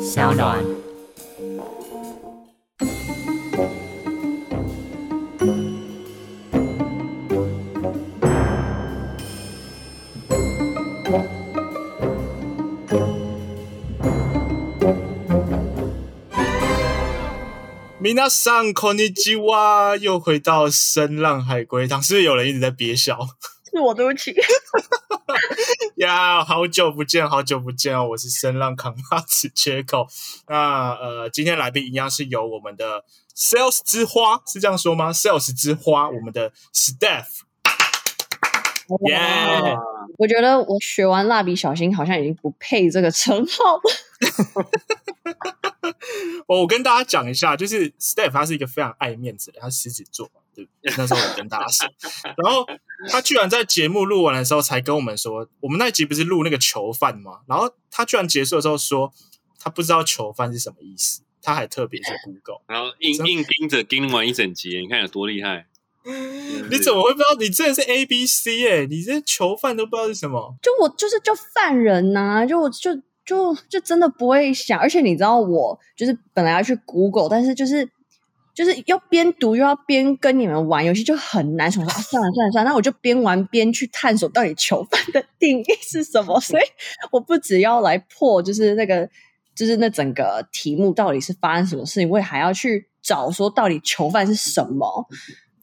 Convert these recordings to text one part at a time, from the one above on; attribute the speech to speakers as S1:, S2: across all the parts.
S1: 小暖。
S2: 米娜桑こんにちは，又回到声浪海龟汤，是不是有人一直在憋笑？
S3: 是我，对不起。
S2: 呀好久不见，好久不见哦！我是声浪扛把子缺口。那呃，今天来宾一样是由我们的 Sales 之花，是这样说吗？Sales 之花，我们的 Staff，耶、Yeah！
S3: 我觉得我学完蜡笔小新好像已经不配这个称号了。
S2: 我我跟大家讲一下，就是 Steph 他是一个非常爱面子的，他是狮子座嘛，对不对？那时候我跟大家说，然后他居然在节目录完的时候才跟我们说，我们那一集不是录那个囚犯吗？然后他居然结束的时候说，他不知道囚犯是什么意思，他还特别去 Google。
S4: 然后硬
S2: 真
S4: 硬盯着盯完一整集，你看有多厉害？
S2: 你
S4: 你
S2: 怎么会不知道？你真的是 A B C 哎、你这囚犯都不知道是什么。
S3: 就我就是就犯人呐、就我就就就真的不会想，而且你知道我就是本来要去 Google，但是就是就是要边读又要边跟你们玩游戏，就很难。想说啊，算了算了算了，那我就边玩边去探索到底囚犯的 定义是什么。所以我不只要来破，就是那个就是那整个题目到底是发生什么事情，我也还要去找说到底囚犯是什么。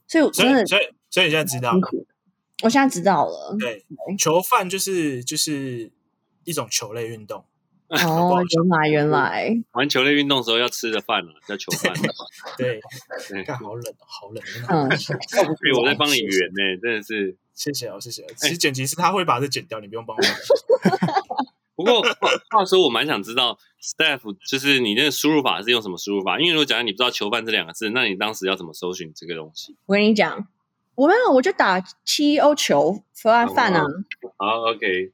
S3: 所以我
S2: 所
S3: 真的
S2: 以所以所以你现在知道
S3: 辛，苦，我现在知道 了。
S2: 对，
S3: 欸
S2: 囚犯就是就是一种球类运动。
S3: 哦，原来原来。
S4: 玩球类运动的时候要吃的饭啊，叫球饭。
S2: 对，
S4: 对
S2: 看好冷哦，好冷。真的好冷
S3: 嗯，
S4: 对，我在帮你圆哎呢，真的是。
S2: 谢谢哦，谢谢哦。其实剪辑师他会把这剪掉，你不用帮我。
S4: 不过话话说，我蛮想知道 staff 就是你那个输入法是用什么输入法？因为如果假如你不知道“囚犯”这两个字，那你当时要怎么搜寻这个东西？
S3: 我跟你讲，我没有，我就打七欧球饭饭啊。
S4: 好，OK。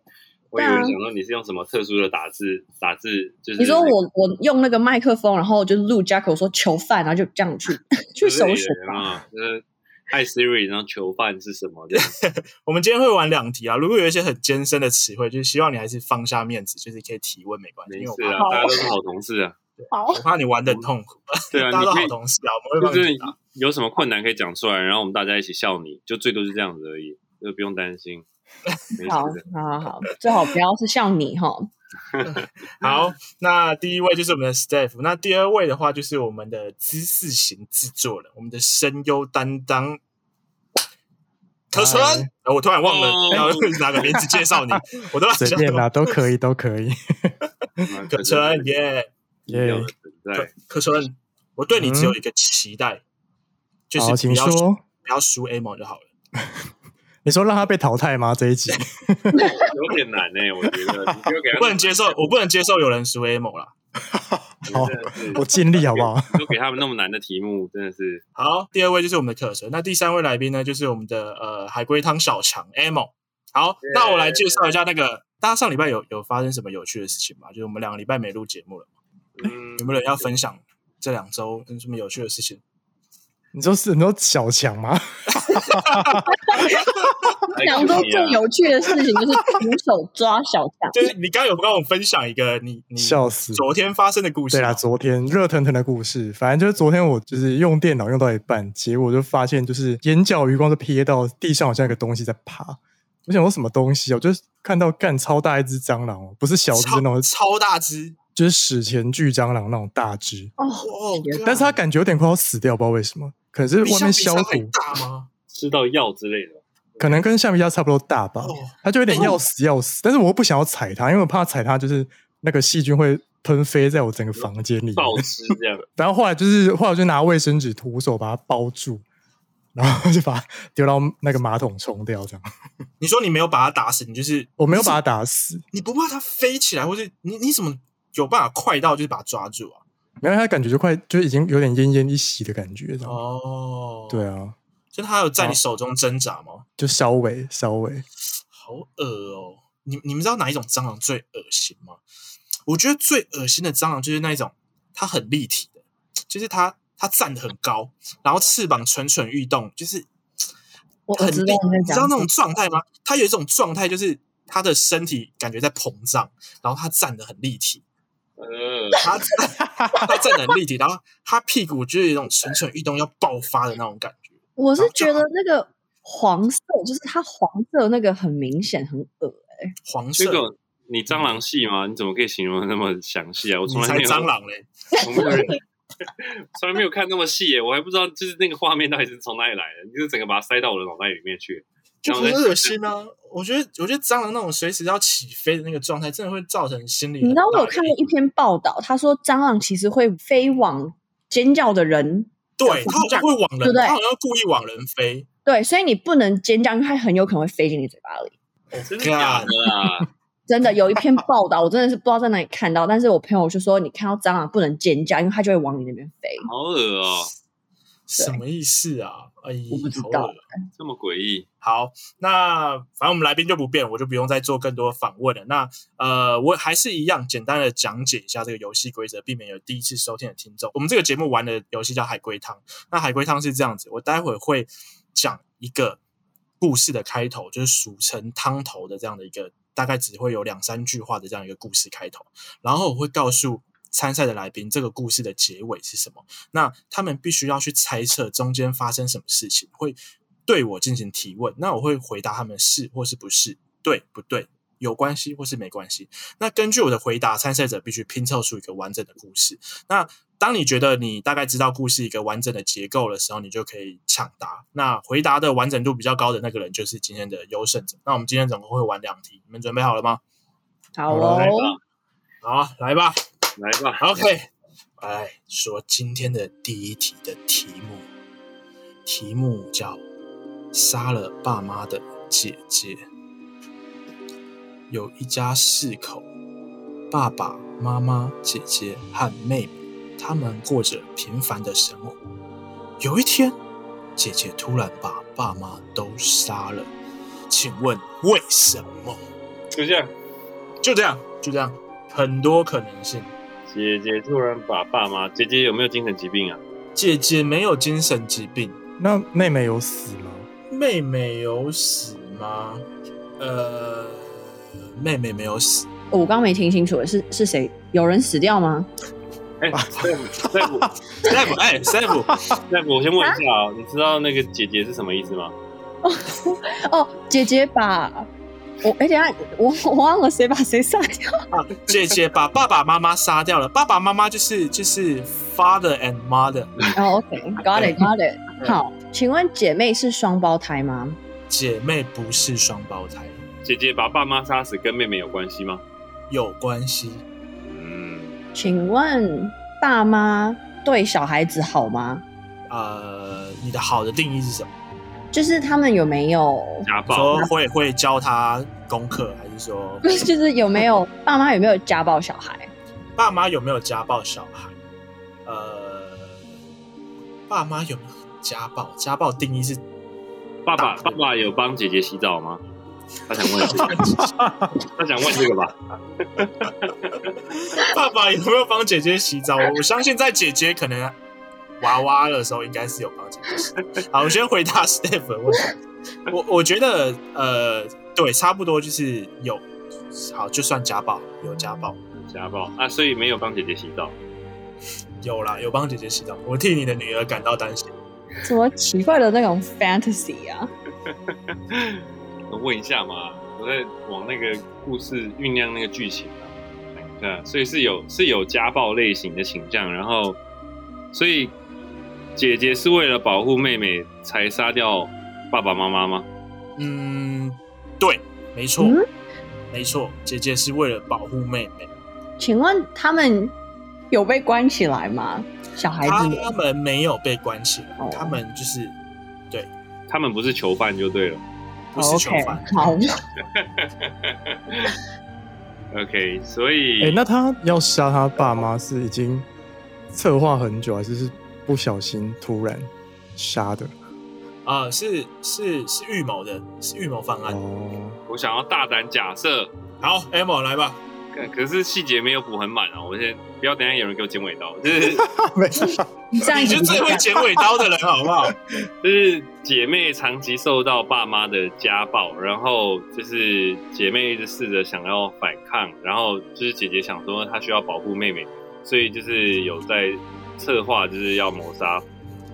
S4: 我以为
S3: 对啊
S4: 想说你是用什么特殊的打字打字，就是
S3: 你说我我用那个麦克风，然后就录 Jacko 说囚犯，然后就这样去去搜寻吧。
S4: 啊，就是爱 Siri，然后囚犯是什么？这样
S2: 我们今天会玩两题啊，如果有一些很艰深的词汇，就是希望你还是放下面子，就是可以提 问没关系，
S4: 没
S2: 因为我
S4: 事
S2: 怕
S4: 啊，大家都是好同事 啊。
S3: 好
S2: 我，怕你玩的很痛苦。
S4: 对啊，
S2: 大家
S4: 你
S2: 都
S4: 可
S2: 好
S4: 以
S2: 同事啊，我们会
S4: 就
S2: 帮
S4: 是
S2: 你答。
S4: 有什么困难可以讲出来，然后我们大家一起笑你，就最多是这样子而已，就不用担心。没事
S3: 好，
S4: 的，
S3: 好，好，好，最好不要是像你哈。
S2: 好，那第一位就是我们的 staff，那第二位的话就是我们的知识型制作人，我们的声优担当。可纯，
S5: 嗨
S2: 呃我突然忘了
S4: 哦
S2: 要 哪个名字介绍你，我都
S5: 随便啦，
S2: 拿。
S5: 都可以，都可以。
S4: 嗯
S2: 可纯，耶，
S4: 这
S5: 耶、
S4: 样的存在
S2: 可可纯，我对你只有一个期待，就是
S5: 嗯好，
S2: 不
S5: 请
S2: 要输
S5: 说。
S2: 不要输 A 梦就好了。
S5: 你说让他被淘汰吗？这一 集
S4: 有点难呢，我觉得。你就给
S2: 我
S4: 他
S2: 不能接受，我不能接受有人输 A 梦啦。
S5: 好
S4: 真的
S2: 哦
S4: 是
S5: 我尽力好不 好？
S4: 你就给他们那么难的题目，真的是
S2: 好，第二位就是我们的可纯，那第三位来宾呢，就是我们的呃海龟汤小强 Amo。好，那我来介绍一下那个，大家上礼拜有有发生什么有趣的事情吗？就是我们两个礼拜没录节目了，
S4: 嗯
S2: 有，没有人要分享这两周有什么有趣的事情？
S5: 你说是你说小强吗？
S3: 两周
S4: 啊
S3: 最有趣的事情就是徒手抓小强，
S2: 就是你刚刚有跟我分享一个你你
S5: 笑死！
S2: 昨天发生的故事
S5: 对啦，
S2: 吗，
S5: 昨天热腾腾的故事，反正就是昨天我就是用电脑用到一半，结果就发现就是眼角余光就瞥到地上好像有个东西在爬，我想说什么东西哦，我就是看到干超大一只蟑螂哦，不是小只
S2: 超
S5: 那种，
S2: 超大只，
S5: 就是史前巨蟑螂那种大只，
S2: 哦，
S5: 但是它感觉有点快要死掉，不知道为什么，可能是
S2: 比
S5: 外
S2: 橡
S5: 面
S2: 皮
S5: 消
S2: 擦还
S5: 毒，
S2: 大吗？
S4: 吃到药之类的。
S5: 可能跟橡皮擦差不多大吧。
S2: 哦，
S5: 它就有点要死要死，但是我又不想要踩它，因为我怕踩它就是那个细菌会喷飞在我整个房间里面。
S4: 暴吃这样，
S5: 然后后来就是后来我就拿卫生纸徒手把它包住，然后就把它丢到那个马桶冲掉。这样
S2: 你说你没有把它打死，你就是
S5: 我没有把它打死，
S2: 你不怕它飞起来，或是你你怎么有办法快到就是把它抓住啊？
S5: 没有它感觉就快就已经有点奄奄一息的感觉。这样、
S2: 哦，
S5: 嗯对，啊，
S2: 就它有在你手中挣扎吗？
S5: 就稍微稍微
S2: 好恶哦！你你们知道哪一种蟑螂最恶心吗？我觉得最恶心的蟑螂就是那一种，它很立体的，就是它它站得很高，然后翅膀蠢蠢欲动，就是
S3: 我我
S2: 很
S3: 知
S2: 立
S3: 道你在
S2: 你知道
S3: 讲
S2: 那种状态吗？它有一种状态，就是它的身体感觉在膨胀，然后它站得很立体，
S4: 呃，
S2: 他他站得很立体，然后他屁股就是有一种蠢蠢欲动要爆发的那种感觉。
S3: 我是觉得那个黄色，就是它黄色那个很明显，很恶
S2: 黄
S4: 这
S2: 色，
S4: 个你蟑螂系吗？你怎么可以形容得那么详细啊？我
S2: 你
S4: 从来
S2: 才
S4: 没有
S2: 蟑螂嘞！
S4: 从没有人从来没有看那么细欸耶，我还不知道就是那个画面到底是从哪里来的，你就整个把它塞到我的脑袋里面去。
S2: 就
S4: 然后
S2: 很
S4: 再
S2: 恶心啊！我觉得，我觉得蟑螂那种随时要起飞的那个状态，真的会造成心理。
S3: 你知道我有看过一篇报道，他说蟑螂其实会飞往尖叫的人，
S2: 对，它好像会往
S3: 对不
S2: 人，
S3: 对
S2: 它好像故意往人飞。
S3: 对，所以你不能尖叫，因为它很有可能会飞进你嘴巴里。
S4: 哎真的假的啊啦？
S3: 真的有一篇报道，我真的是不知道在哪里看到，但是我朋友就说，你看到蟑螂不能尖叫，因为它就会往你那边飞。
S4: 好恶哦、
S2: 什么意思啊？哎，
S3: 我不知
S2: 好恶
S3: 道
S4: 这么诡异。
S2: 好，那反正我们来宾就不变，我就不用再做更多访问了。那呃，我还是一样简单的讲解一下这个游戏规则，避免有第一次收听的听众。我们这个节目玩的游戏叫海龟汤，那海龟汤是这样子，我待会会讲一个故事的开头，就是俗称汤头的这样的一个，大概只会有两三句话的这样一个故事开头，然后我会告诉。参赛的来宾，这个故事的结尾是什么？那他们必须要去猜测中间发生什么事情，会对我进行提问，那我会回答他们是或是不是，对不对，有关系或是没关系。那根据我的回答，参赛者必须拼凑出一个完整的故事。那当你觉得你大概知道故事一个完整的结构的时候，你就可以抢答。那回答的完整度比较高的那个人就是今天的优胜者。那我们今天总共会玩两题，你们准备好了吗？
S3: 好
S5: 好
S3: 哦
S5: 来，
S2: 好，来吧。
S4: 来吧，
S2: OK，来哎说今天的第一题的题目，题目叫“杀了爸妈的姐姐”。有一家四口，爸爸妈妈、姐姐和妹妹，他们过着平凡的生活。有一天，姐姐突然把爸妈都杀了，请问为什么？
S4: 就这样。
S2: 就这样，就这样，很多可能性。
S4: 姐姐突然把爸妈，姐姐有没有精神疾病啊？
S2: 姐姐没有精神疾病，
S5: 那妹妹有死吗？
S2: 妹妹有死吗？呃，妹妹没有死，
S3: 我刚刚没听清楚，是是谁？有人死掉吗？
S4: 哎、大夫，大夫，
S2: 大夫，哎，大夫，
S4: 大夫，我先问一下啊，你知道那个姐姐是什么意思吗？
S3: 哦，姐姐把我，哎、等一下我我忘了谁把谁杀掉。
S2: 姐姐把爸爸妈妈杀掉了，爸爸妈妈就是就是 father and mother，
S3: 哦，OK，got、it，got it。好，请问姐妹是双胞胎吗？
S2: 姐妹不是双胞胎，
S4: 姐姐把爸妈杀死跟妹妹有关系吗？
S2: 有关系。
S4: 嗯，
S3: 请问爸妈对小孩子好吗？
S2: 呃，你的好的定义是什么？
S3: 就是他们有没有，
S4: 家暴
S2: 说。会会教他功课，还是说
S3: 就是有没有爸妈有没有家暴小孩？
S2: 爸妈有没有家暴小孩？呃，爸妈有没有家暴？家暴定义是
S4: 爸爸，爸爸有帮姐姐洗澡吗？他想问 这个，他想问这个吧？
S2: 爸爸有没有帮姐姐洗澡？我我相信在姐姐可能娃娃的时候，应该是有帮姐姐洗澡。好，我先回答 Steph 的问题。我我觉得呃，对，差不多就是有，好，就算家暴，有家暴，
S4: 家暴啊，所以没有帮姐姐洗澡。
S2: 有啦，有帮姐姐洗澡。我替你的女儿感到担心。
S3: 什么奇怪的那种 fantasy 啊？
S4: 我问一下嘛，我在往那个故事酝酿那个剧情啊，想一下，所以是有是有家暴类型的倾向，然后所以姐姐是为了保护妹妹才杀掉爸爸妈妈吗？
S2: 嗯，对，没错，
S3: 嗯
S2: 没错，姐姐是为了保护妹妹，
S3: 请问他们有被关起来吗？小孩子们
S2: 他们没有被关起来，
S3: 哦
S2: 他们就是
S4: 他们不是囚犯就对了。
S2: 不是囚
S3: 哦 OK，
S2: 犯。
S3: 好，
S4: OK，所以、
S5: 哎、那他要杀他爸妈是已经策划很久，还是是不小心突然杀的？
S2: 啊、是是是预谋的，是预谋方案。
S5: 哦，
S4: 我想要大胆假设，
S2: 好，Amo 来吧。
S4: 干可是细节没有补很满啊！我先不要等一下有人给我剪尾刀， 就是
S5: 没事，
S3: 你这样
S2: 你
S3: 一
S2: 是
S3: 直
S2: 最会剪尾刀的人，好不好？
S4: 就是姐妹长期受到爸妈的家暴，然后就是姐妹一直试着想要反抗，然后就是姐姐想说她需要保护妹妹，所以就是有在策划就是要谋杀，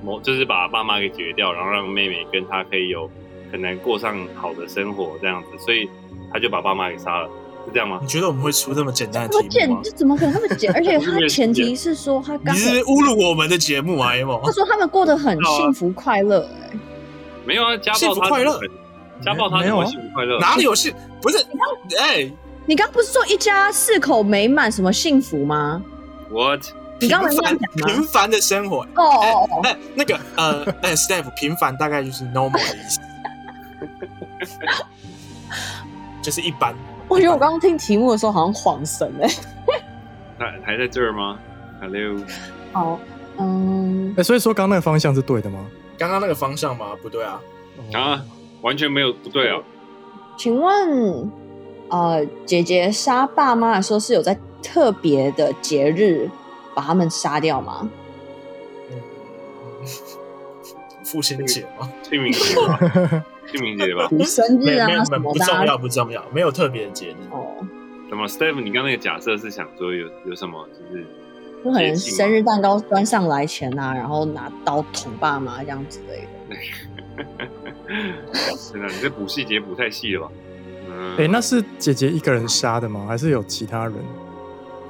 S4: 谋就是把爸妈给解决掉，然后让妹妹跟她可以有可能过上好的生活这样子，所以她就把爸妈给杀了，是这样吗？
S2: 你觉得我们会出这么简单
S3: 怎
S2: 的
S3: 么
S2: 题目
S3: 剪
S2: 吗？
S3: 这怎么可能那么 剪？而且他前提是说他
S2: 你
S3: 刚
S2: 是侮辱我们的节目啊，Emo
S3: 他。 说他们过得很幸福快乐、哎，
S4: 没有啊，家
S2: 幸
S4: 暴
S2: 福
S4: 她
S2: 快乐
S4: 怎么可能，家暴她
S5: 没
S4: 怎
S5: 有
S4: 么
S5: 啊
S4: 幸福快乐？
S2: 哪里有幸？不是，哎，
S3: 你刚不是说一家四口美满什么幸福吗？
S4: What？
S3: 你
S2: 平
S3: 刚不是这
S2: 凡
S3: 样讲吗？
S2: 平凡的生活。
S3: 哦哦哦，
S2: 哎，那个呃，哎，Steph，平凡大概就是 normal 的意思，就是一般。
S3: 我觉得我刚刚听题目的时候好像恍神哎、
S4: 还还在这儿吗？Hello，
S3: 好，嗯，
S5: 哎，所以说刚刚那个方向是对的吗？
S2: 刚刚那个方向吗？不对啊，
S5: 哦
S4: 啊，完全没有不对哦。
S3: 请问，呃，姐姐杀爸妈的时候是有在特别的节日把他们杀掉吗？
S2: 嗯，父亲节吗？
S4: 清明节吧，清明节吧。
S3: 你生
S2: 没
S3: 日
S2: 有没
S3: 啊
S2: 有
S3: 什
S2: 没有，
S3: 么
S2: 不
S3: 的、
S2: 重
S3: 啊？
S2: 要不重要，没有特别的节日。
S3: 哦，
S4: 怎么，Steph？你刚刚那个假设是想说有有什么就是
S3: 就可能
S4: 节庆吗
S3: 生日蛋糕端上来前啊，然后拿刀捅爸妈这样之类的。
S4: 真呃的，你这补细节补太细了吧？嗯，
S5: 哎，那是姐姐一个人杀的吗？还是有其他人？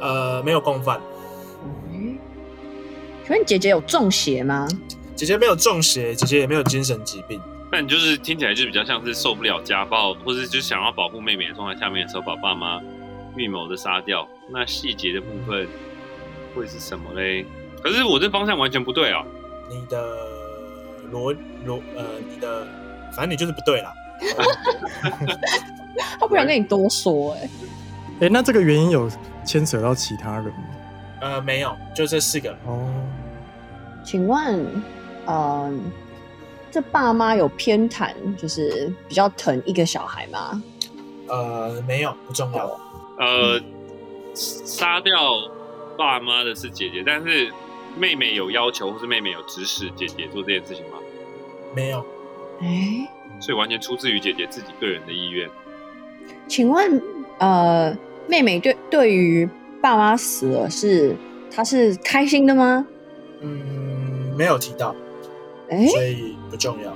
S2: 呃，没有共犯，
S3: 嗯请问姐姐有中邪吗？
S2: 姐姐没有中邪，姐姐也没有精神疾病。
S4: 那你就是听起来就比较像是受不了家暴，或是就想要保护妹妹的状态下面的时候，把爸妈预谋的杀掉。那细节的部分会是什么嘞？可是我这方向完全不对啊！
S2: 你的逻逻呃，你的反正你就是不对啦。哦
S3: 她不想跟你多说哎、
S5: 哎，那这个原因有牵扯到其他人吗？
S2: 呃，没有，就这四个人。
S5: 哦，
S3: 请问，嗯、这爸妈有偏袒，就是比较疼一个小孩吗？
S2: 呃，没有，不重要。
S4: 呃，杀掉爸妈的是姐姐，但是妹妹有要求，或是妹妹有指使姐姐做这件事情吗？
S2: 没有，
S3: 哎、
S4: 所以完全出自于姐姐自己个人的意愿。
S3: 请问，呃，妹妹对对于爸妈死了是她是开心的吗？
S2: 嗯，没有提到，
S3: 哎、
S2: 所以不重要。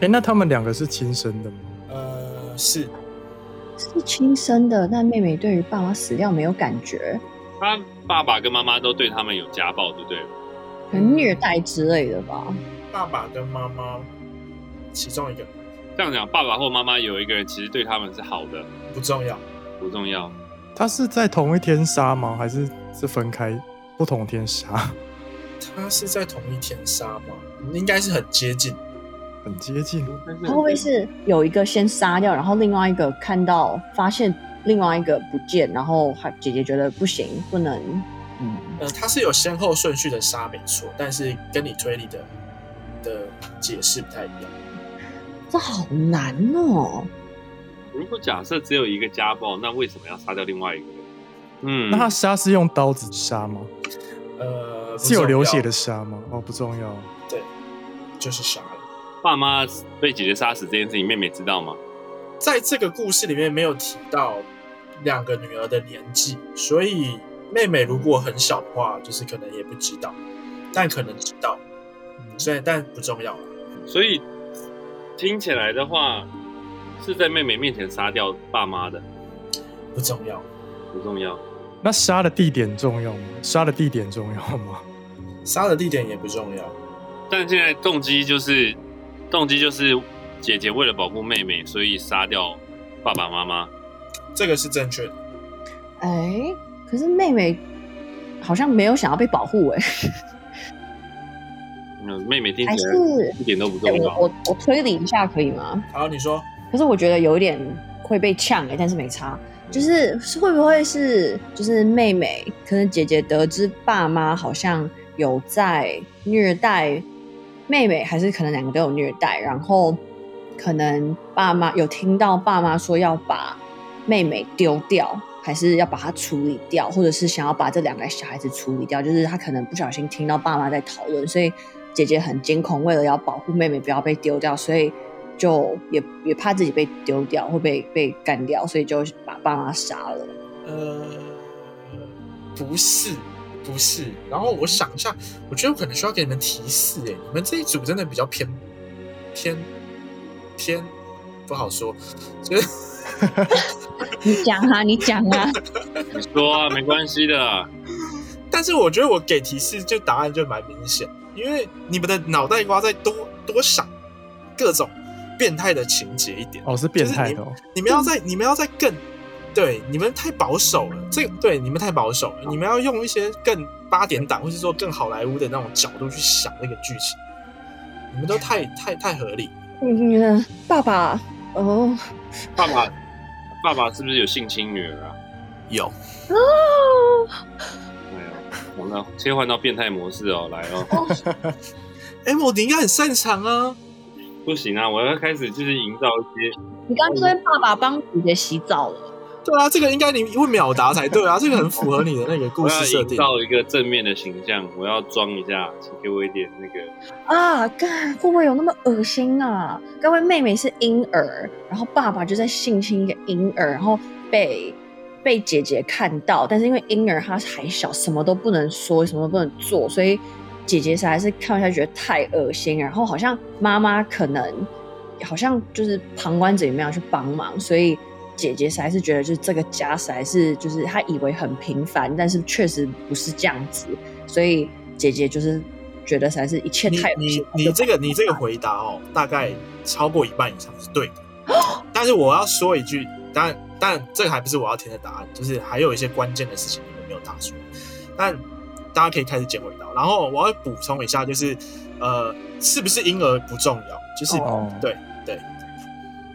S5: 哎，那他们两个是亲生的吗？
S2: 呃，是
S3: 是亲生的，但妹妹对于爸妈死掉没有感觉，
S4: 她爸爸跟妈妈都对他们有家暴，对不对？
S3: 很虐待之类的吧？
S2: 爸爸跟妈妈其中一个
S4: 这样讲，爸爸或妈妈有一个人其实对他们是好的，
S2: 不重要。
S4: 不重要。
S5: 他是在同一天杀吗？还是是分开不同天杀？
S2: 他是在同一天杀吗？应该是很接近。
S5: 很接近。哦
S4: 但是
S3: 会不会是有一个先杀掉，然后另外一个看到发现另外一个不见，然后还姐姐觉得不行，不能，嗯，
S2: 呃，他是有先后顺序的杀，没错，但是跟你推理的的解释不太一样。
S3: 这好难哦。
S4: 如果假设只有一个家暴，那为什么要杀掉另外一个人？嗯，
S5: 那他杀是用刀子杀吗？
S2: 呃，不
S5: 是有
S2: 重
S5: 流
S2: 要
S5: 血的，杀吗？哦，不重要。
S2: 就是杀了。
S4: 爸妈被姐姐杀死这件事情，妹妹知道吗？
S2: 在这个故事里面没有提到两个女儿的年纪，所以妹妹如果很小的话，就是可能也不知道，但可能知道，
S5: 嗯
S2: 所以但不重要了。
S4: 所以听起来的话，是在妹妹面前杀掉爸妈的，
S2: 不重要。
S4: 不重要。
S5: 那杀的地点重要吗？杀的地点重要吗？
S2: 杀的地点也不重要，
S4: 但现在动机就是，动机就是姐姐为了保护妹妹，所以杀掉爸爸妈妈。
S2: 这个是正确的。
S3: 哎，可是妹妹好像没有想要被保护哎、
S4: 嗯，妹妹听
S3: 还
S4: 起
S3: 是哎
S4: 来一点都不重
S3: 我
S4: 要。
S3: 我我推理一下可以吗？
S2: 好，你说
S3: 可是我觉得有一点会被呛哎、但是没差。就是是会不会是就是妹妹，可能姐姐得知爸妈好像有在虐待妹妹，还是可能两个都有虐待，然后可能爸妈有听到爸妈说要把妹妹丢掉，还是要把它处理掉，或者是想要把这两个小孩子处理掉，就是他可能不小心听到爸妈在讨论，所以姐姐很惊恐，为了要保护妹妹不要被丢掉，所以就也也怕自己被丢掉会被被干掉，所以就把爸妈杀了。
S2: 呃，不是，不是。然后我想一下，我觉得我可能需要给你们提示、欸，哎，你们这一组真的比较偏偏偏，不好说，就是
S3: 你讲 啊，你讲啊，
S4: 你说啊，没关系的，
S2: 但是我觉得我给提示，就答案就蛮明显，因为你们的脑袋瓜再多多想各种变态的情节一点，
S5: 哦，是变态的、哦，
S2: 你
S4: 嗯
S2: 们要在你们要在更对，你们太保守了，这个对你们太保守了，你们要用一些更八点档，或是说更好莱坞的那种角度去想那个剧情，你们都太太太合理。
S3: 嗯，爸爸，哦，
S4: 爸爸，爸爸是不是有性侵女儿啊？
S2: 有，
S3: 哦，
S4: 没有，我们切换到变态模式哦，来哦，
S2: 哎，我你应该很擅长啊。
S4: 不行啊，我要开始就是营造一些，
S3: 你刚刚说爸爸帮姐姐洗澡了，
S2: 对啊，这个应该你会秒答才对啊，这个很符合你的那个故
S4: 我
S2: 事
S4: 要
S2: 设
S4: 营
S2: 定。
S4: 造一个正面的形象，我要装一下，请给我一点那个，
S3: 啊，干，会不会有那么恶心啊？该不会妹妹是婴儿，然后爸爸就在性侵一个婴儿，然后被被姐姐看到，但是因为婴儿他还小，什么都不能说，什么都不能做，所以姐姐实在是看下去觉得太恶心，然后好像妈妈可能好像就是旁观者也没有去帮忙，所以。姐姐实在是觉得，就是这个家实在是，就是她以为很平凡，但是确实不是这样子，所以姐姐就是觉得实在是一切
S2: 你
S3: 太恶心
S2: 你
S3: 了
S2: 你这个你这个回答哦，大概超过一半以上是对的。但是我要说一句，但但这个还不是我要填的答案，就是还有一些关键的事情你们没有答出。但大家可以开始剪回答。然后我要补充一下，就是呃，是不是婴儿不重要，就是
S5: 哦，
S2: 对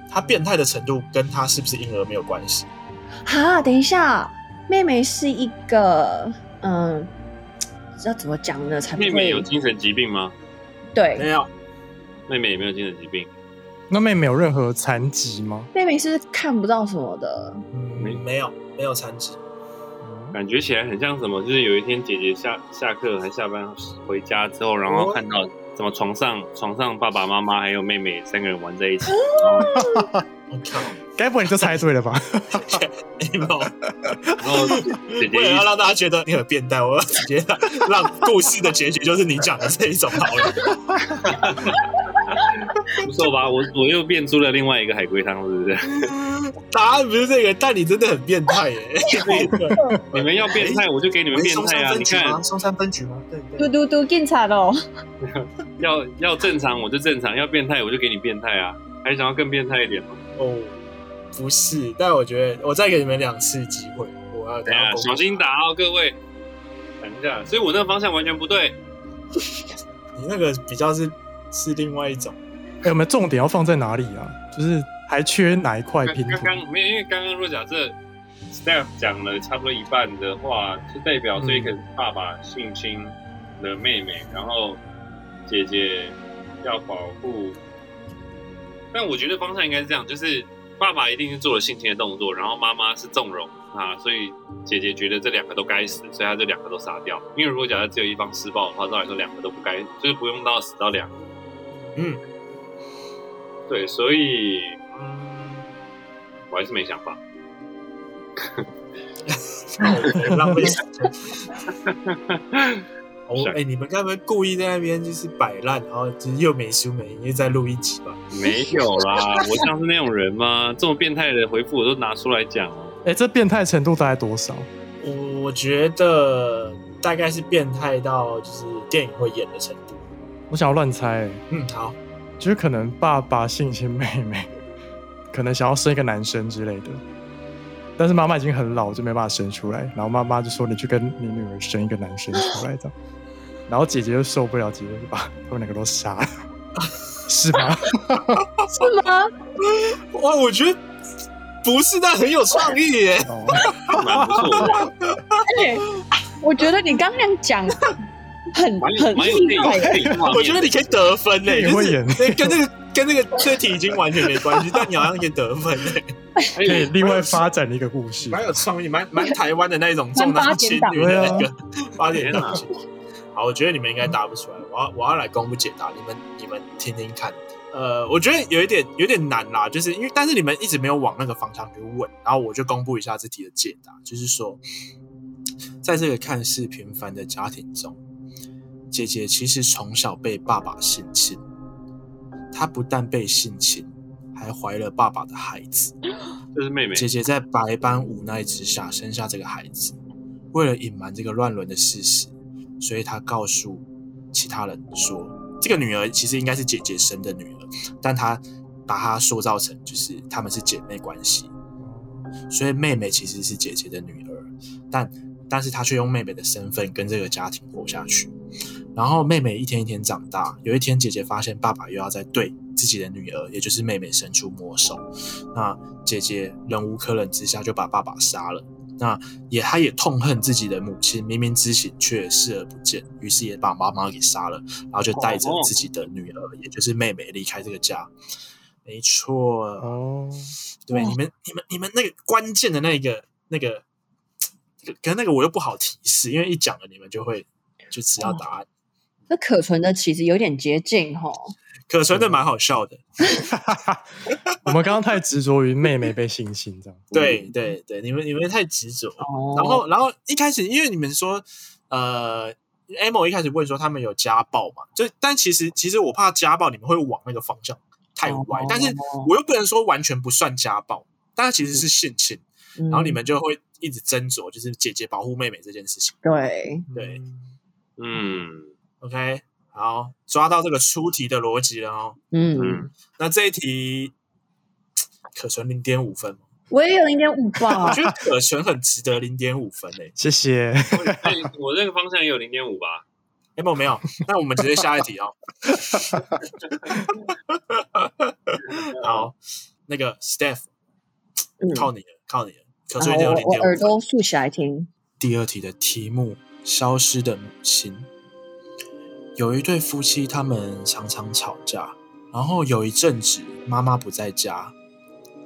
S2: 他变态的程度跟他是不是婴儿没有关系。
S3: 哈，等一下，妹妹是一个，嗯，要怎么讲呢？才不
S4: 妹
S3: 会
S4: 妹有精神疾病吗？
S2: 没
S3: 对，
S2: 有，
S4: 妹妹有没有精神疾病？
S5: 那妹妹有任何残疾吗？
S3: 妹妹是看不到什么的，
S2: 嗯，没有，没有残疾。
S5: 哦
S4: 感觉起来很像什么，就是有一天姐姐下下课还下班回家之后，然后
S2: 哦
S4: 看到什么床上床上爸爸妈妈还有妹妹三个人玩在一起， 然
S2: 我 靠，
S5: 该不会你就猜对了吧？
S2: 你们
S4: 后然后姐姐
S2: 为了要
S4: 一
S2: 让大家觉得你很变态，我要直接让让故事的结局就是你讲的这一种好了。
S4: 不错吧，我我又变出了另外一个海龟汤，是不 是？
S2: 答案不是这个，但你真的很变态耶！
S4: 你们要变态，我就给你们变
S2: 松
S4: 态
S2: 山
S4: 啊！
S2: 分
S4: 你
S2: 局
S4: 看
S2: 吗？，松山分局吗？对
S3: 嘟
S2: 对。
S3: 嘟嘟，警察喽！
S4: 要要正常我就正常，要变态我就给你变态啊！还想要更变态一点吗？
S2: 哦，不是，但我觉得我再给你们两次机会，我要
S4: 等一下小心。打哦，各位！等一下，所以我那个方向完全不对。
S2: 你那个比较是是另外一 种，
S5: 哎、我们重点要放在哪里啊？就是还缺哪一块拼
S4: 刚
S5: 图？
S4: 刚没有，因为刚刚若假设 staff 讲了差不多一半的话，就代表所以
S5: 嗯
S4: 可能是爸爸性侵了妹妹，然后姐姐要保护。但我觉得方向应该是这样，就是爸爸一定是做了性侵的动作，然后妈妈是纵容他，所以姐姐觉得这两个都该死，所以她这两个都杀掉。因为如果假设只有一方施暴的话，照理说两个都不该，就是不用到死到两个。
S2: 嗯，
S4: 对，所以嗯，我还是没想法。
S2: 浪费时间。哦
S4: 是，
S2: 哎、你们该不会故意在那边就是摆烂，然后就是又没输没赢，又再录一集吧？
S4: 没有 啦，我像是那种人吗？这么变态的回复我都拿出来讲哦。
S5: 哎、这变态程度大概多少？
S2: 我觉得大概是变态到就是电影会演的程度。
S5: 我想要乱猜、欸，
S2: 嗯，好，
S5: 就是可能爸爸性侵妹妹， 可能想要生一个男生之类的，但是妈妈已经很老，就没办法生出来。然后妈妈就说：“你去跟你女儿生一个男生出来。”这样，然后姐姐就受不了，姐姐就把他们两个都杀了， 是吗？
S3: 是吗？
S2: 哇，我觉得不是，但很有创意耶。
S5: 哦，
S4: 蛮不错的，
S3: 而且哎我觉得你刚刚那样讲很
S4: 蛮有
S3: 很
S4: 蛮有
S3: 厉
S4: 电
S3: 害
S4: 影，电影画面的。
S2: 我觉得你可以得分呢，
S5: 电
S2: 欸
S5: 影
S2: 就
S5: 会
S2: 是
S5: 演
S2: 对跟那个跟那个这题已经完全没关系，但你好像可以得分呢。欸
S4: 可
S5: 可以另外发展一个故 事。
S2: 蛮有创意，蛮蛮台湾的那一种重男轻女的那个八点档节目。好，我觉得你们应该答不出来，我要我要来公布解答，你们你们听听看。呃，我觉得有一点有点难啦，就是因为但是你们一直没有往那个方向去问，然后我就公布一下这题的解答，就是说，在这个看似平凡的家庭中，姐姐其实从小被爸爸性侵，她不但被性侵，还怀了爸爸的孩子。
S4: 就是妹妹，
S2: 姐姐在白班无奈之下生下这个孩子，为了隐瞒这个乱伦的事实，所以她告诉其他人说，这个女儿其实应该是姐姐生的女儿，但她把她塑造成就是她们是姐妹关系，所以妹妹其实是姐姐的女儿，但但是她却用妹妹的身份跟这个家庭活下去。然后妹妹一天一天长大，有一天姐姐发现爸爸又要再对自己的女儿，也就是妹妹伸出魔手，那姐姐忍无可忍之下就把爸爸杀了。那也，她也痛恨自己的母亲，明明知情却视而不见，于是也把妈妈给杀了，然后就带着
S4: 哦
S2: 自己的女儿，也就是妹妹离开这个家。没错，
S5: 哦，
S2: 对，
S3: 哇
S2: 你们、你们、你们那个关键的那个、那个，可是那个我又不好提示，因为一讲了你们就会就知
S3: 哦
S2: 道答案。
S3: 这可存的其实有点接近吼，
S2: 可纯的蛮好笑
S3: 嗯
S2: 的，
S5: 我们刚刚太执着于妹妹被性侵这样。
S2: 对对对，你们你们太执着了。
S3: 哦，
S2: 然后然后一开始因为你们说呃。a m o 一开始问说他们有家暴嘛？就但其实其实我怕家暴你们会往那个方向太歪，
S3: 哦
S2: 但是我又不能说完全不算家暴，但它其实是性侵，
S3: 嗯
S2: 然后你们就会一直斟酌，就是姐姐保护妹妹这件事情。
S3: 对
S2: 对
S4: 嗯
S2: OK，好，抓到这个出题的逻辑了哦。
S3: 嗯，
S4: 嗯，
S2: 那这一题可存零点五分吗，
S3: 我也有零点五 吧
S2: 我，觉得可存很值得零点五分欸诶、
S5: 谢 谢。
S4: 对我那个方向也有零点五吧，
S2: 欸。没有没有，那我们直接下一题哦。好，那个 Steph，
S3: 嗯
S2: 靠你了，靠你了，可
S3: 然
S2: 存
S3: 后
S2: 一定有
S3: 我
S2: 零
S3: 我
S2: 点
S3: 耳
S2: 五分。
S3: 朵竖起来听，
S2: 第二题的题目《消失的母亲》。有一对夫妻，他们常常吵架，然后有一阵子妈妈不在家，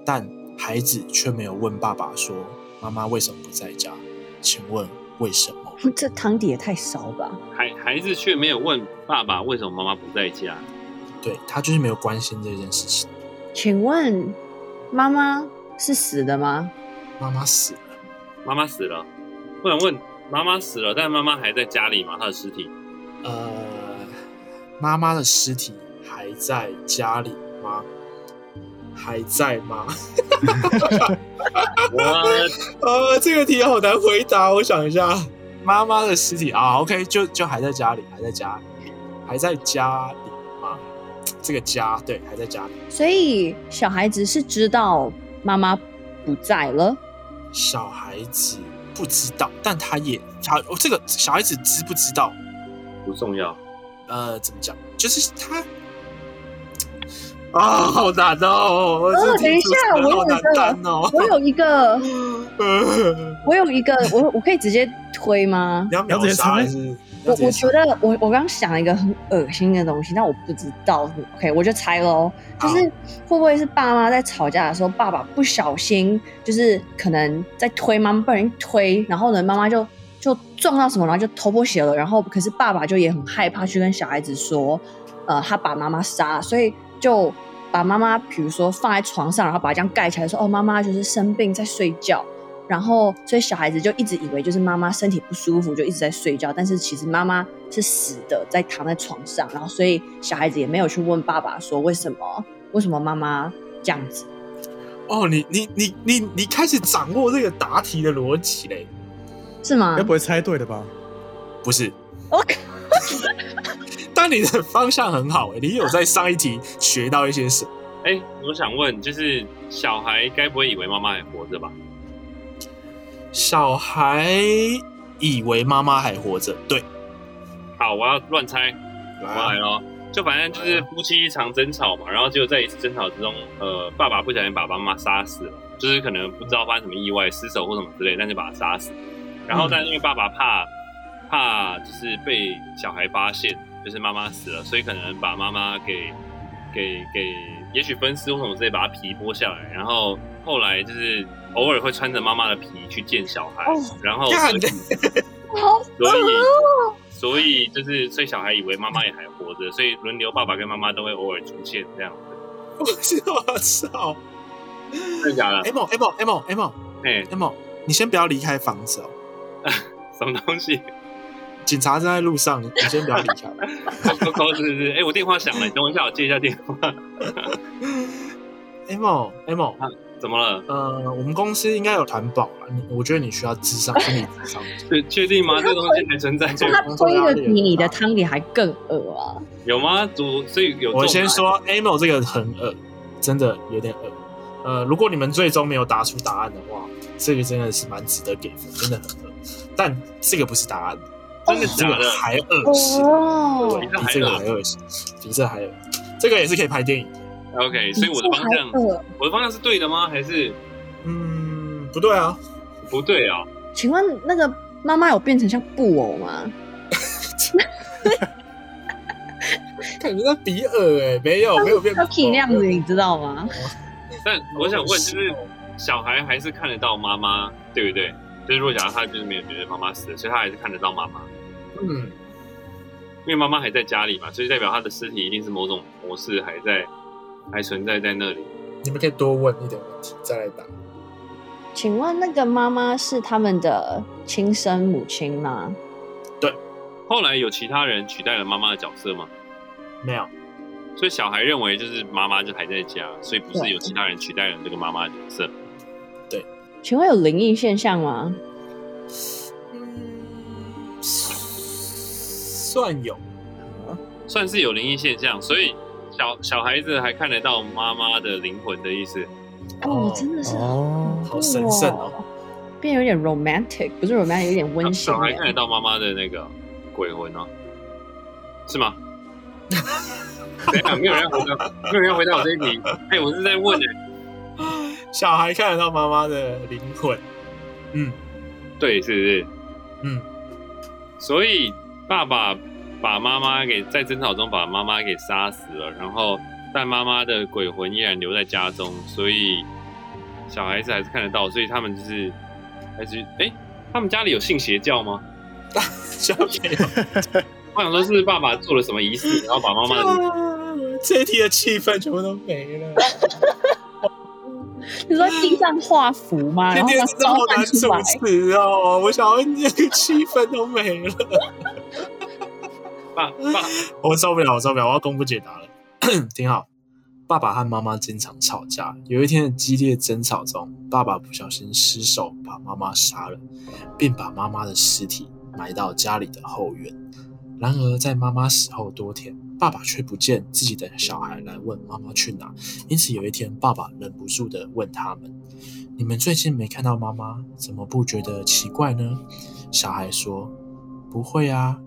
S2: 但孩子却没有问爸爸说妈妈为什么不在家，请问为什么？
S3: 这汤底也太少吧？
S4: 孩孩子却没有问爸爸为什么妈妈不在家，
S2: 对他就是没有关心这件事情。
S3: 请问妈妈是死的吗？
S2: 妈妈死了，
S4: 妈妈死了，不能问妈妈死了，但妈妈还在家里嘛，她的尸体，
S2: 呃，妈妈的尸体还在家里吗？还在吗？
S4: 我
S2: 呃，这个题好难回答，我想一下。妈妈的尸体啊，OK，就就还在家里，还在家，还在家里吗？这个家对，还在家里。
S3: 所以小孩子是知道妈妈不在了，
S2: 小孩子不知道，但他也他、哦、这个小孩子知不知道？
S4: 不重要，
S2: 呃，怎么讲？就是他啊，好难哦！我这
S3: 等一
S2: 题主持
S3: 下
S2: 人
S3: 我有
S2: 好
S3: 一
S2: 难
S3: 个
S2: 担哦。
S3: 我有一个，
S2: 呃
S3: 我有一个，我我可以直接推吗
S2: 你？要
S5: 要直
S2: 秒
S5: 接
S2: 杀
S5: 猜
S2: 还是？
S3: 我
S2: 要直接
S3: 我
S2: 猜
S3: 觉得我我刚想了一个很恶心的东西，但我不知道，OK，我就猜喽，就是会不会是爸妈在吵架的时候，爸爸不小心就是可能在推妈妈，不小心推，然后呢妈妈就就撞到什么，然后就头破血了，然后可是爸爸就也很害怕去跟小孩子说，呃，他把妈妈杀了，所以就把妈妈比如说放在床上，然后把它这样盖起来说，哦，妈妈就是生病在睡觉。然后，所以小孩子就一直以为就是妈妈身体不舒服，就一直在睡觉。但是其实妈妈是死的，在躺在床上。然后，所以小孩子也没有去问爸爸说为什么，为什么妈妈这样子。
S2: 哦，你你你你你开始掌握这个答题的逻辑嘞？
S3: 是吗
S5: 该？不会猜对的吧？
S2: 不是，
S3: 我靠！
S2: 但你的方向很好欸诶、你有在上一题学到一些什么？
S4: 哎、我想问，就是小孩该不会以为妈妈还活着吧？
S2: 小孩以为妈妈还活着，对，
S4: 好，我要乱猜，我要来喽。就反正就是夫妻一场争吵嘛，然后就在一次争吵之中，呃，爸爸不小心把妈妈杀死了，就是可能不知道发生什么意外，失手或什么之类，但就把他杀死。然后，但因为爸爸怕怕就是被小孩发现，就是妈妈死了，所以可能把妈妈给给给，也许分尸或什么之类把他皮剥下来，然后后来就是偶尔会穿着妈妈的皮去见小孩，
S3: 哦
S4: 然后
S2: 干
S4: 所以
S3: 好
S4: 所以
S3: 恶哦
S4: 所以就是所以小孩以为妈妈也还活着，所以轮流爸爸跟妈妈都会偶尔出现这样子，
S2: 我操
S4: 真的假的？
S2: ！M M M M
S4: 哎、
S2: M，你先不要离开房子哦，
S4: 什么东西？
S2: 警察正在路上，你你先不要离开。
S4: 扣扣是不是？哎、我电话响了，你等我一下，我接一下电话。
S2: M M，
S4: 怎么了？
S2: 呃，我们公司应该有团保了，你我觉得你需要智商，心理智商。
S4: 确确定吗？这个东西还存在
S2: 对
S3: 他
S2: 工作
S3: 推
S2: 压
S3: 的
S2: 力
S3: 比
S2: 很
S3: 你的
S2: 大
S3: 汤里还更恶啊！
S4: 有吗？主所以有这种
S2: 我先说 M 这个很恶，真的有点恶。呃，如果你们最终没有答出答案的话，这个真的是蛮值得给分，真的很恶。但这个不是答案，
S4: 真的
S2: 这
S4: 假
S2: 个
S4: 的？
S2: 还恶心，
S3: 哦
S4: 比，这
S2: 比
S4: 还
S2: 这个
S4: 恶
S2: 还恶心，比这还恶。这个也是可以拍电影的。
S4: OK，所以我的方向
S3: 比，这还恶
S4: 我的方向是对的吗？还是
S2: 嗯，不对啊，
S4: 不对啊？
S3: 请问那个妈妈有变成像布偶吗？
S2: 感觉在比恶哎、没有没有变
S3: Turkey 那样子，
S2: 没有
S3: 你知道吗？
S4: 但我想问，就是小孩还是看得到妈妈，对不对？就是如果假如他就是没有觉得妈妈死了，所以他还是看得到妈妈，
S2: 嗯，
S4: 因为妈妈还在家里嘛，所以代表他的尸体一定是某种模式还在，还存在在那里。
S2: 你们可以多问一点问题再来答。
S3: 请问那个妈妈是他们的亲生母亲吗？
S4: 后来有其他人取代了妈妈的角色吗？
S2: 没有，
S4: 所以小孩认为就是妈妈就还在家，所以不是
S3: 对
S4: 有其他人取代了这个妈妈的角色。
S3: 请问有灵异现象吗？
S2: 嗯，算有。
S4: 算是有灵异现象，所以小小孩子还看得到妈妈的灵魂的意思。
S3: 哦，真的是
S5: 哦
S2: 好神圣哦，
S3: 变有点 romantic，不是 romantic，有点温馨
S4: 小孩看得
S3: 耶。
S4: 到妈妈的那个鬼魂哦，是吗？ 等一下，没有人要回答，没有人要回答我这一题。哎、我是在问人，
S2: 小孩看得到妈妈的灵魂，嗯
S4: 对，是不是？
S2: 嗯，
S4: 所以爸爸把妈妈给在争吵中把妈妈给杀死了，然后但妈妈的鬼魂依然留在家中，所以小孩子还是看得到，所以他们就是还是哎、他们家里有信邪教吗？
S2: 小朋友，
S4: 我想说是爸爸做了什么仪式，然后把妈妈的
S2: 这一题的气氛全部都没了，
S3: 你说在地上画符吗？然
S2: 今天
S3: 后把
S2: 真的好
S3: 烧
S2: 难
S3: 翻出
S2: 主
S3: 来。
S2: 持哦，我想要那个气氛都没了，
S4: 爸爸
S2: 我受不了，我受不了，我要公布解答了， 挺好。爸爸和妈妈经常吵架，有一天的激烈争吵中，爸爸不小心失手把妈妈杀了，并把妈妈的尸体埋到家里的后院。然而，在妈妈死后多天，爸爸却不见自己的小孩来问妈妈去哪，因此有一天，爸爸忍不住的问他们：“你们最近没看到妈妈，怎么不觉得奇怪呢？”小孩说：“不会啊，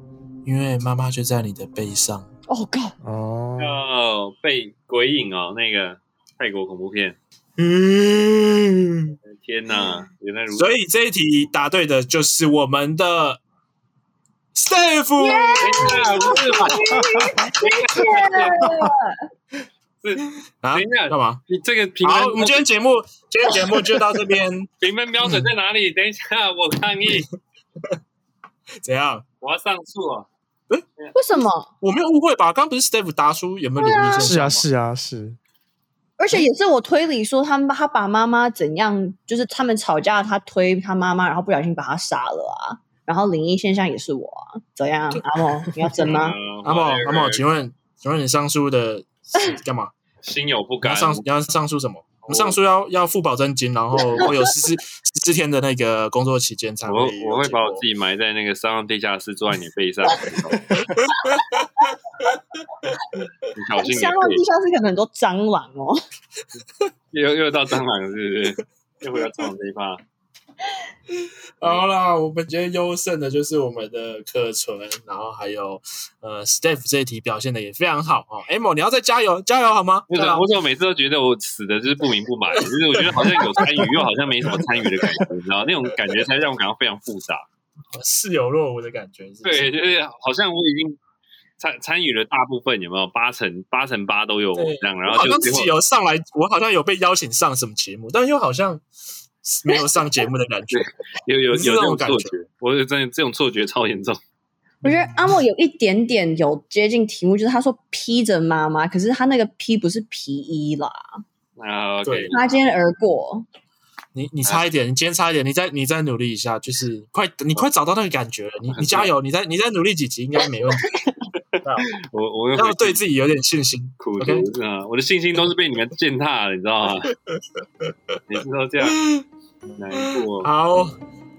S2: 因为妈妈就在你的背上。
S3: 哦 god，
S5: 哦，
S4: 哦被鬼影哦，那个泰国恐怖片，”
S2: 嗯，
S4: 天哪，原来如此。
S2: 所以这一题答对的就是我们的 Steve。
S4: 等一下，不是吧？是
S2: 啊
S4: 等一下
S2: 干嘛？
S4: 你这个评分
S2: 好，我们今天节目，今天节目就到这 边。
S4: 评分标准在哪里？等一下，我抗议，
S2: 怎样？
S4: 我要上诉啊！
S3: 为什么？
S2: 我没有误会吧？刚不是 Steve 答出有没有灵异现象？
S5: 是啊，。是啊，是。
S3: 而且也是我推理说他们他把妈妈怎样，就是他们吵架，他推他妈妈，然后不小心把他杀了啊。然后灵异现象也是我啊，怎样？阿莫，你要争 吗？
S4: 嗯
S2: 阿茂，阿茂，
S4: whatever
S2: 请问，请问你上诉的是干嘛？
S4: 心有 不
S2: 你要
S4: 甘，
S2: 上你要上诉什么？我们上诉要要付保证金，然后会有十四十四天的那个工作期间才会
S4: 我
S2: 有
S4: 我会
S2: 结
S4: 把我
S2: 果
S4: 自己埋在那个山上地下室，坐在你 背上。你小心
S3: 香港地
S4: 你
S3: 下室可能很多蟑螂哦。
S4: 背，又又到蟑螂是不是？又回到蟑螂这一趴。
S2: 好啦，我们今天优胜的就是我们的可纯，然后还有呃 Steph 这一题表现的也非常好哦。m o 你要再加油，加油好吗？
S4: 为什
S2: 对啊
S4: 么？为什么每次都觉得我死的就是不明不白？就是我觉得好像有参与，又好像没什么参与的感觉，你知道那种感觉才让我感到非常复杂。
S2: 似有若无的感觉。是不是
S4: 对，，就是好像我已经参参与了大部分有没有八成八成八都有我
S2: 对
S4: 这样，然
S2: 我
S4: 后
S2: 好
S4: 就
S2: 像
S4: 最
S2: 自
S4: 后
S2: 己有上来，我好像有被邀请上什么节目，但又好像没有上节目的 感觉。
S4: 有有有
S2: 是这
S4: 这
S2: 种
S4: 种
S2: 感
S4: 错
S2: 觉
S4: 觉，我有真的这种错觉超严重。
S3: 我觉得阿莫有一点点有接近题目，就是他说披着妈妈，可是他那个披不是皮衣啦，
S4: 啊，
S2: 对
S3: 擦肩而过。
S2: 你你差一点，你今天差一点，你再你再努力一下，就是快你快找到那个感觉了，你你加油，你再你再努力几集应该没问 题，啊
S4: 我我又
S2: 要
S4: 回
S2: 对自己有点信心。
S4: 苦读
S2: OK
S4: 啊，我的信心都是被你们践踏了，你知道 吗？每次都这样，难过。
S2: 好，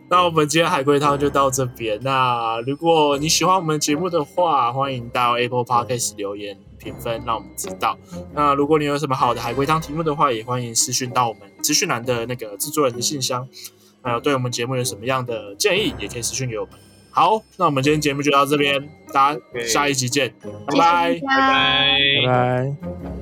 S2: 那我们今天海龟汤就到这边。那如果你喜欢我们节目的话，欢迎到 Apple Podcast 留言评分，让我们知道。那如果你有什么好的海龟汤题目的话，也欢迎私讯到我们资讯栏的那个制作人的信箱。还有对我们节目有什么样的建议，也可以私讯给我们。好，那我们今天节目就到这边，大家
S4: OK
S2: 下一集见，拜
S3: 谢谢大
S2: 拜。
S3: 家
S4: 拜拜
S5: 拜拜。